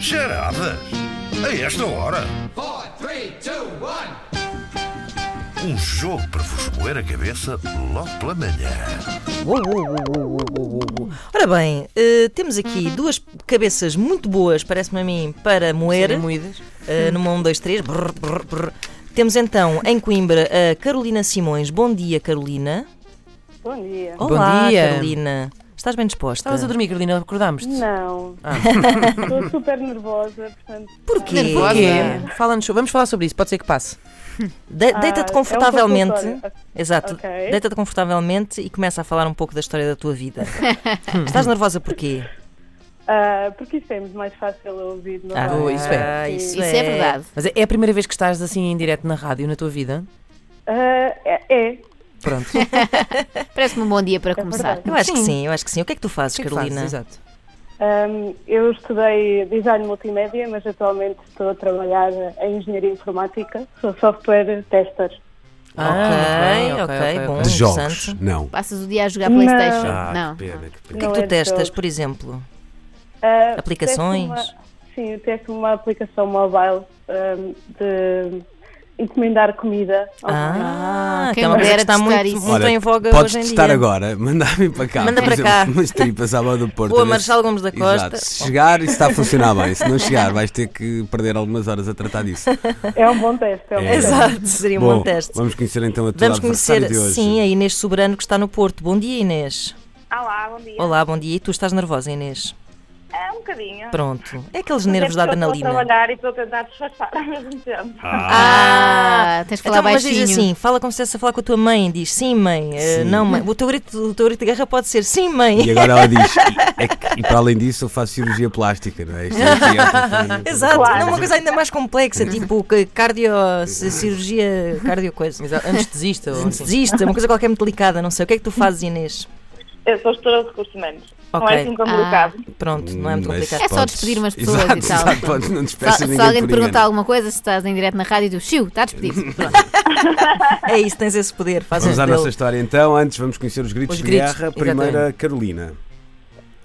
Charadas? A esta hora? Four, three, two, one. Um jogo para vos moer a cabeça logo pela manhã. Uou, uou, uou, uou, uou, uou, uou. Ora bem, eh, temos aqui duas cabeças muito boas, parece-me a mim, para moer. Eh, numa 1, 2, 3. brr, brr, brr. Temos então em Coimbra a Carolina Simões. Bom dia, Carolina. Bom dia. Olá, dia. Carolina. Estás bem disposta? Estavas a dormir, Carolina, acordámos-te. Não. Ah. Estou super nervosa, portanto. Porquê? Porquê? Fala-nos, sobre- vamos falar sobre isso, pode ser que passe. De- Deita-te Ah, confortavelmente. Ah, é um consultório. Exato. Ok. Deita-te confortavelmente e começa a falar um pouco da história da tua vida. Estás nervosa porquê? Ah, porque isso é muito mais fácil a ouvir, não Ah, é? isso é. Ah, Isso é, verdade. Mas é é a primeira vez que estás assim em direto na rádio na tua vida? Ah, é, é. Pronto. Parece-me um bom dia É para começar. Eu acho que Sim. sim, eu acho que sim. O que é que tu fazes, O que é que Carolina? fazes? Exato. Ahm, eu estudei design multimédia, mas atualmente estou a trabalhar em engenharia informática. Sou software tester. Ah, Ok, ok, bom, interessante. Não. Passas o dia a jogar Não. Playstation? Ah, Não. que pena, que O pena. que é Não que tu é de testas, todos. por exemplo? Ah, Aplicações? testo uma- sim, eu testo uma aplicação mobile ahm, de encomendar comida. online. Ah, Ah, que quem é uma coisa que dera está testar muito, isso. muito em voga podes hoje em testar dia. agora, mandar-me para cá. Manda por para exemplo, cá. Umas tripas à boa do Porto. Ou a ver se- Marcelo Gomes da Costa. Exato. Se chegar, isso está a funcionar bem. Se não chegar, vais ter que perder algumas horas a tratar disso. É um bom teste. É um É. bom teste. Exato, seria um bom teste. vamos conhecer então a tua Vamos adversária conhecer, de hoje. sim, a Inês Soberano que está no Porto. Bom dia, Inês. Olá, bom dia. Olá, bom dia. E tu estás nervosa, Inês? É um bocadinho. Pronto. É aqueles nervos da Estou a adrenalina. trabalhar e estou a tentar disfarçar ao mesmo tempo. Ah, tens de falar Então, mas baixinho. diz assim, fala como se estivesse a falar com a tua mãe, diz sim, mãe, eh, Sim. não, mãe. O teu, grito, o teu grito de guerra pode ser sim, mãe. E agora ela diz, e, é que- e para além disso, eu faço cirurgia plástica, não é? Isto é aqui, é outra forma. Exato, não, uma coisa ainda mais complexa, tipo ca- cardio, c- cirurgia, cardio coisa. Exato. Anestesista ou assim. Desista, uma coisa qualquer muito delicada, não sei. O que é que tu fazes, Inês? Eu sou gestora de recursos humanos. Não Ok. é assim Ah. complicado. Pronto, não é muito Hum, Mas complicado. É só podes- despedir umas pessoas Exato, e tal. exato, podes- não Se- despeças Se, ninguém né? alguém te por perguntar engano. alguma coisa, se estás em direto na rádio, tu, chiu, está despedido. Pronto. É isso, tens esse poder, fazes Vamos à dele. nossa história então. Antes vamos conhecer os gritos Os de gritos, guerra. Primeira, exatamente. Carolina.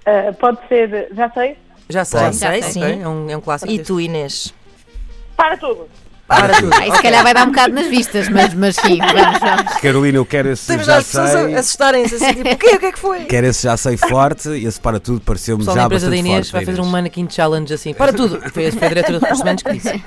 Ah, pode ser, já sei, Já sei. Já sei, Ok, sim. É um, é um clássico. E deste. tu, Inês? Para tudo. Para tudo. Aí se calhar vai dar um bocado nas vistas, mas, mas sim, vamos, vamos. Carolina, eu quero esse Temos já já as pessoas sei. a assustarem-se assim, tipo, o quê? O que é que foi? Quero esse já sei forte. Esse para tudo pareceu-me O já pessoal da empresa da bastante Inês forte. vai fazer Inês. um mannequin challenge assim. Para tudo! Foi, foi a diretora de recursos humanos que disse.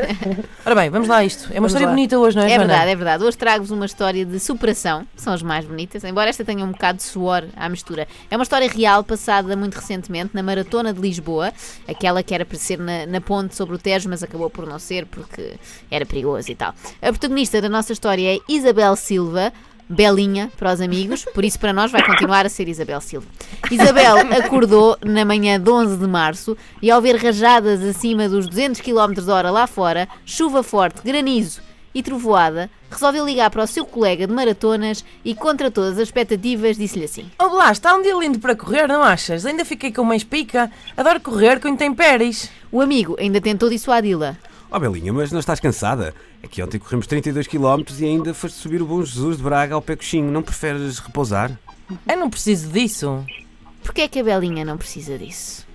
Ora bem, vamos lá a isto. É uma história lá. bonita hoje, não é, É Joana? verdade, é verdade. Hoje trago-vos uma história de superação, que são as mais bonitas, embora esta tenha um bocado de suor à mistura. É uma história real passada muito recentemente na Maratona de Lisboa, aquela que era para ser na, na ponte sobre o Tejo, mas acabou por não ser porque era perigoso e tal. A protagonista da nossa história é Isabel Silva. Belinha para os amigos, por isso para nós vai continuar a ser Isabel Silva. Isabel acordou na manhã de 11 de março e ao ver rajadas acima dos 200 km de hora lá fora, chuva forte, granizo e trovoada, resolveu ligar para o seu colega de maratonas e, contra todas as expectativas, disse-lhe assim: Oh, Blas, está um dia lindo para correr, não achas? Ainda fiquei com uma espica. Adoro correr com intempéries. O amigo ainda tentou dissuadi-la. Oh, Belinha, mas não estás cansada? É que ontem corremos 32 km e ainda foste subir o Bom Jesus de Braga ao pé coxinho. Não preferes repousar? Eu não preciso disso. Porquê é que a Belinha não precisa disso?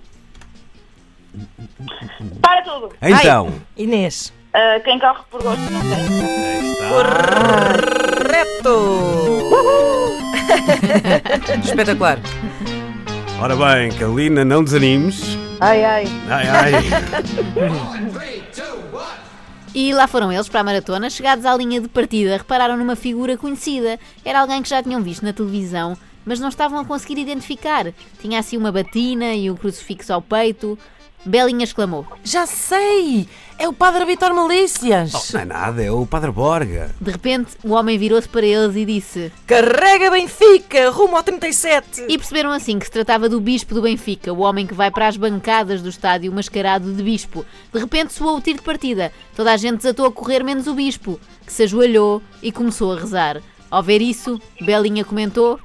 Para tudo. Então, Inês. Ah, quem corre por gosto não tem. Reto! Espetacular. ora bem, Carolina, não desanimes. Ai, ai. Ai, ai. E lá foram eles para a maratona, chegados à linha de partida, repararam numa figura conhecida. Era alguém que já tinham visto na televisão, mas não estavam a conseguir identificar. Tinha assim uma batina e um crucifixo ao peito. Belinha exclamou. Já sei! É o padre Vitor Malícias! não é nada, é o Padre Borga. De repente, o homem virou-se para eles e disse: Carrega Benfica, rumo ao 37. E perceberam assim que se tratava do bispo do Benfica, o homem que vai para as bancadas do estádio mascarado de bispo. De repente soou o tiro de partida. Toda a gente desatou a correr, menos o bispo, que se ajoelhou e começou a rezar. Ao ver isso, Belinha comentou.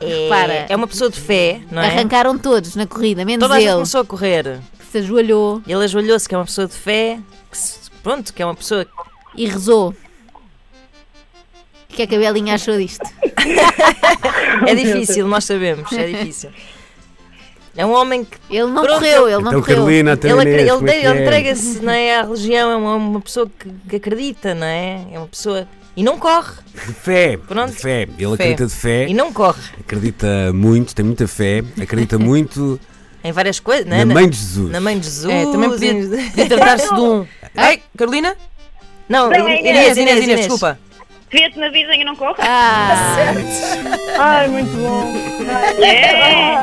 Repara, É uma pessoa de fé, não é? arrancaram todos na corrida, menos Toda a gente ele, começou a correr. que se ajoelhou Ele ajoelhou-se, que é uma pessoa de fé, que se- pronto, que é uma pessoa. e rezou. O que é que a Belinha achou disto? É difícil, nós sabemos, é difícil. É um homem que Ele não Pronto. correu, ele não Então, correu. Carolina, até ele, Inês, acre- ele, como é de- que ele é? entrega-se não é, à religião, é uma, uma pessoa que, que acredita, não é? É uma pessoa. E não corre, De fé, Pronto. de fé. Ele Fé. acredita de fé, e não corre. acredita muito, tem muita fé, acredita muito Em várias coisas, não na é? mãe de Jesus. Na mãe de Jesus. É, também podia, em- podia tratar-se de um. Ei, Carolina? Não, Não, é Inês, Inês, Inês, Inês, desculpa. Vê-te na vida e não corre. Ah, Ai, muito bom. É.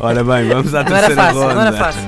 Ora bem, vamos à Não era terceira fácil, ronda. não era fácil.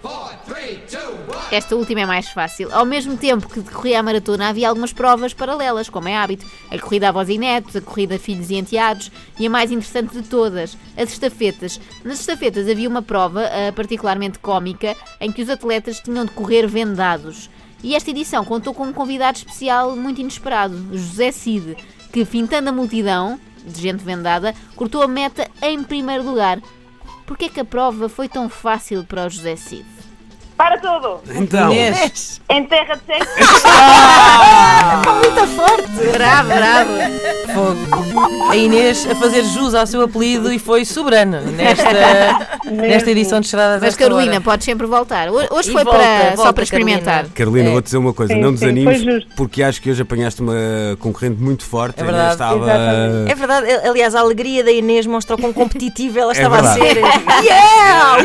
Four, three, two, one. esta última é mais fácil. Ao mesmo tempo que decorria a maratona, havia algumas provas paralelas, como é hábito. A corrida avós e netos, a corrida a filhos e enteados e a mais interessante de todas, as estafetas. Nas estafetas havia uma prova ah, particularmente cómica em que os atletas tinham de correr vendados. E esta edição contou com um convidado especial muito inesperado, José Cid, que fintando a multidão de gente vendada, cortou a meta em primeiro lugar. Porquê que a prova foi tão fácil para o José Cid? Para tudo. Então, Inês. Em terra de sexo. Bravo, bravo! Fogo. A Inês a fazer jus ao seu apelido e foi soberana nesta, nesta edição de Charadas Mas desta Carolina, hora. podes sempre voltar. Ho- Hoje E foi volta, para- volta, só para Carolina. experimentar. Carolina, É. vou dizer uma coisa, Sim, não sim, foi desanimes, justo. porque acho que hoje apanhaste uma concorrente muito forte. É ainda verdade. estava... É verdade, a- aliás, a alegria da Inês mostrou quão competitiva ela É estava a ser. verdade. É Yeah!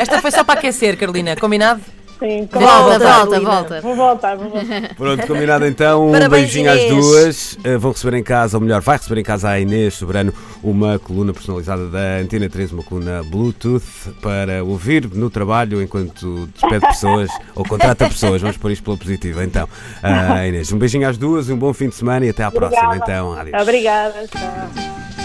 Esta foi só para aquecer, Carolina, combinado? Sim, Volta, claro. Volta, volta, Carolina. volta. Vou voltar, vou voltar. Pronto, combinado então. Um Parabéns, beijinho às Inês. duas. Eh, vão receber em casa, ou melhor, vai receber em casa a Inês Sobrano uma coluna personalizada da Antena 3, uma coluna Bluetooth para ouvir no trabalho enquanto despede pessoas ou contrata pessoas. Vamos pôr isto pela positiva. Então, ah, Inês, um beijinho às duas, um bom fim de semana e até à próxima. Obrigada. Então, adeus. Obrigada. Tchau.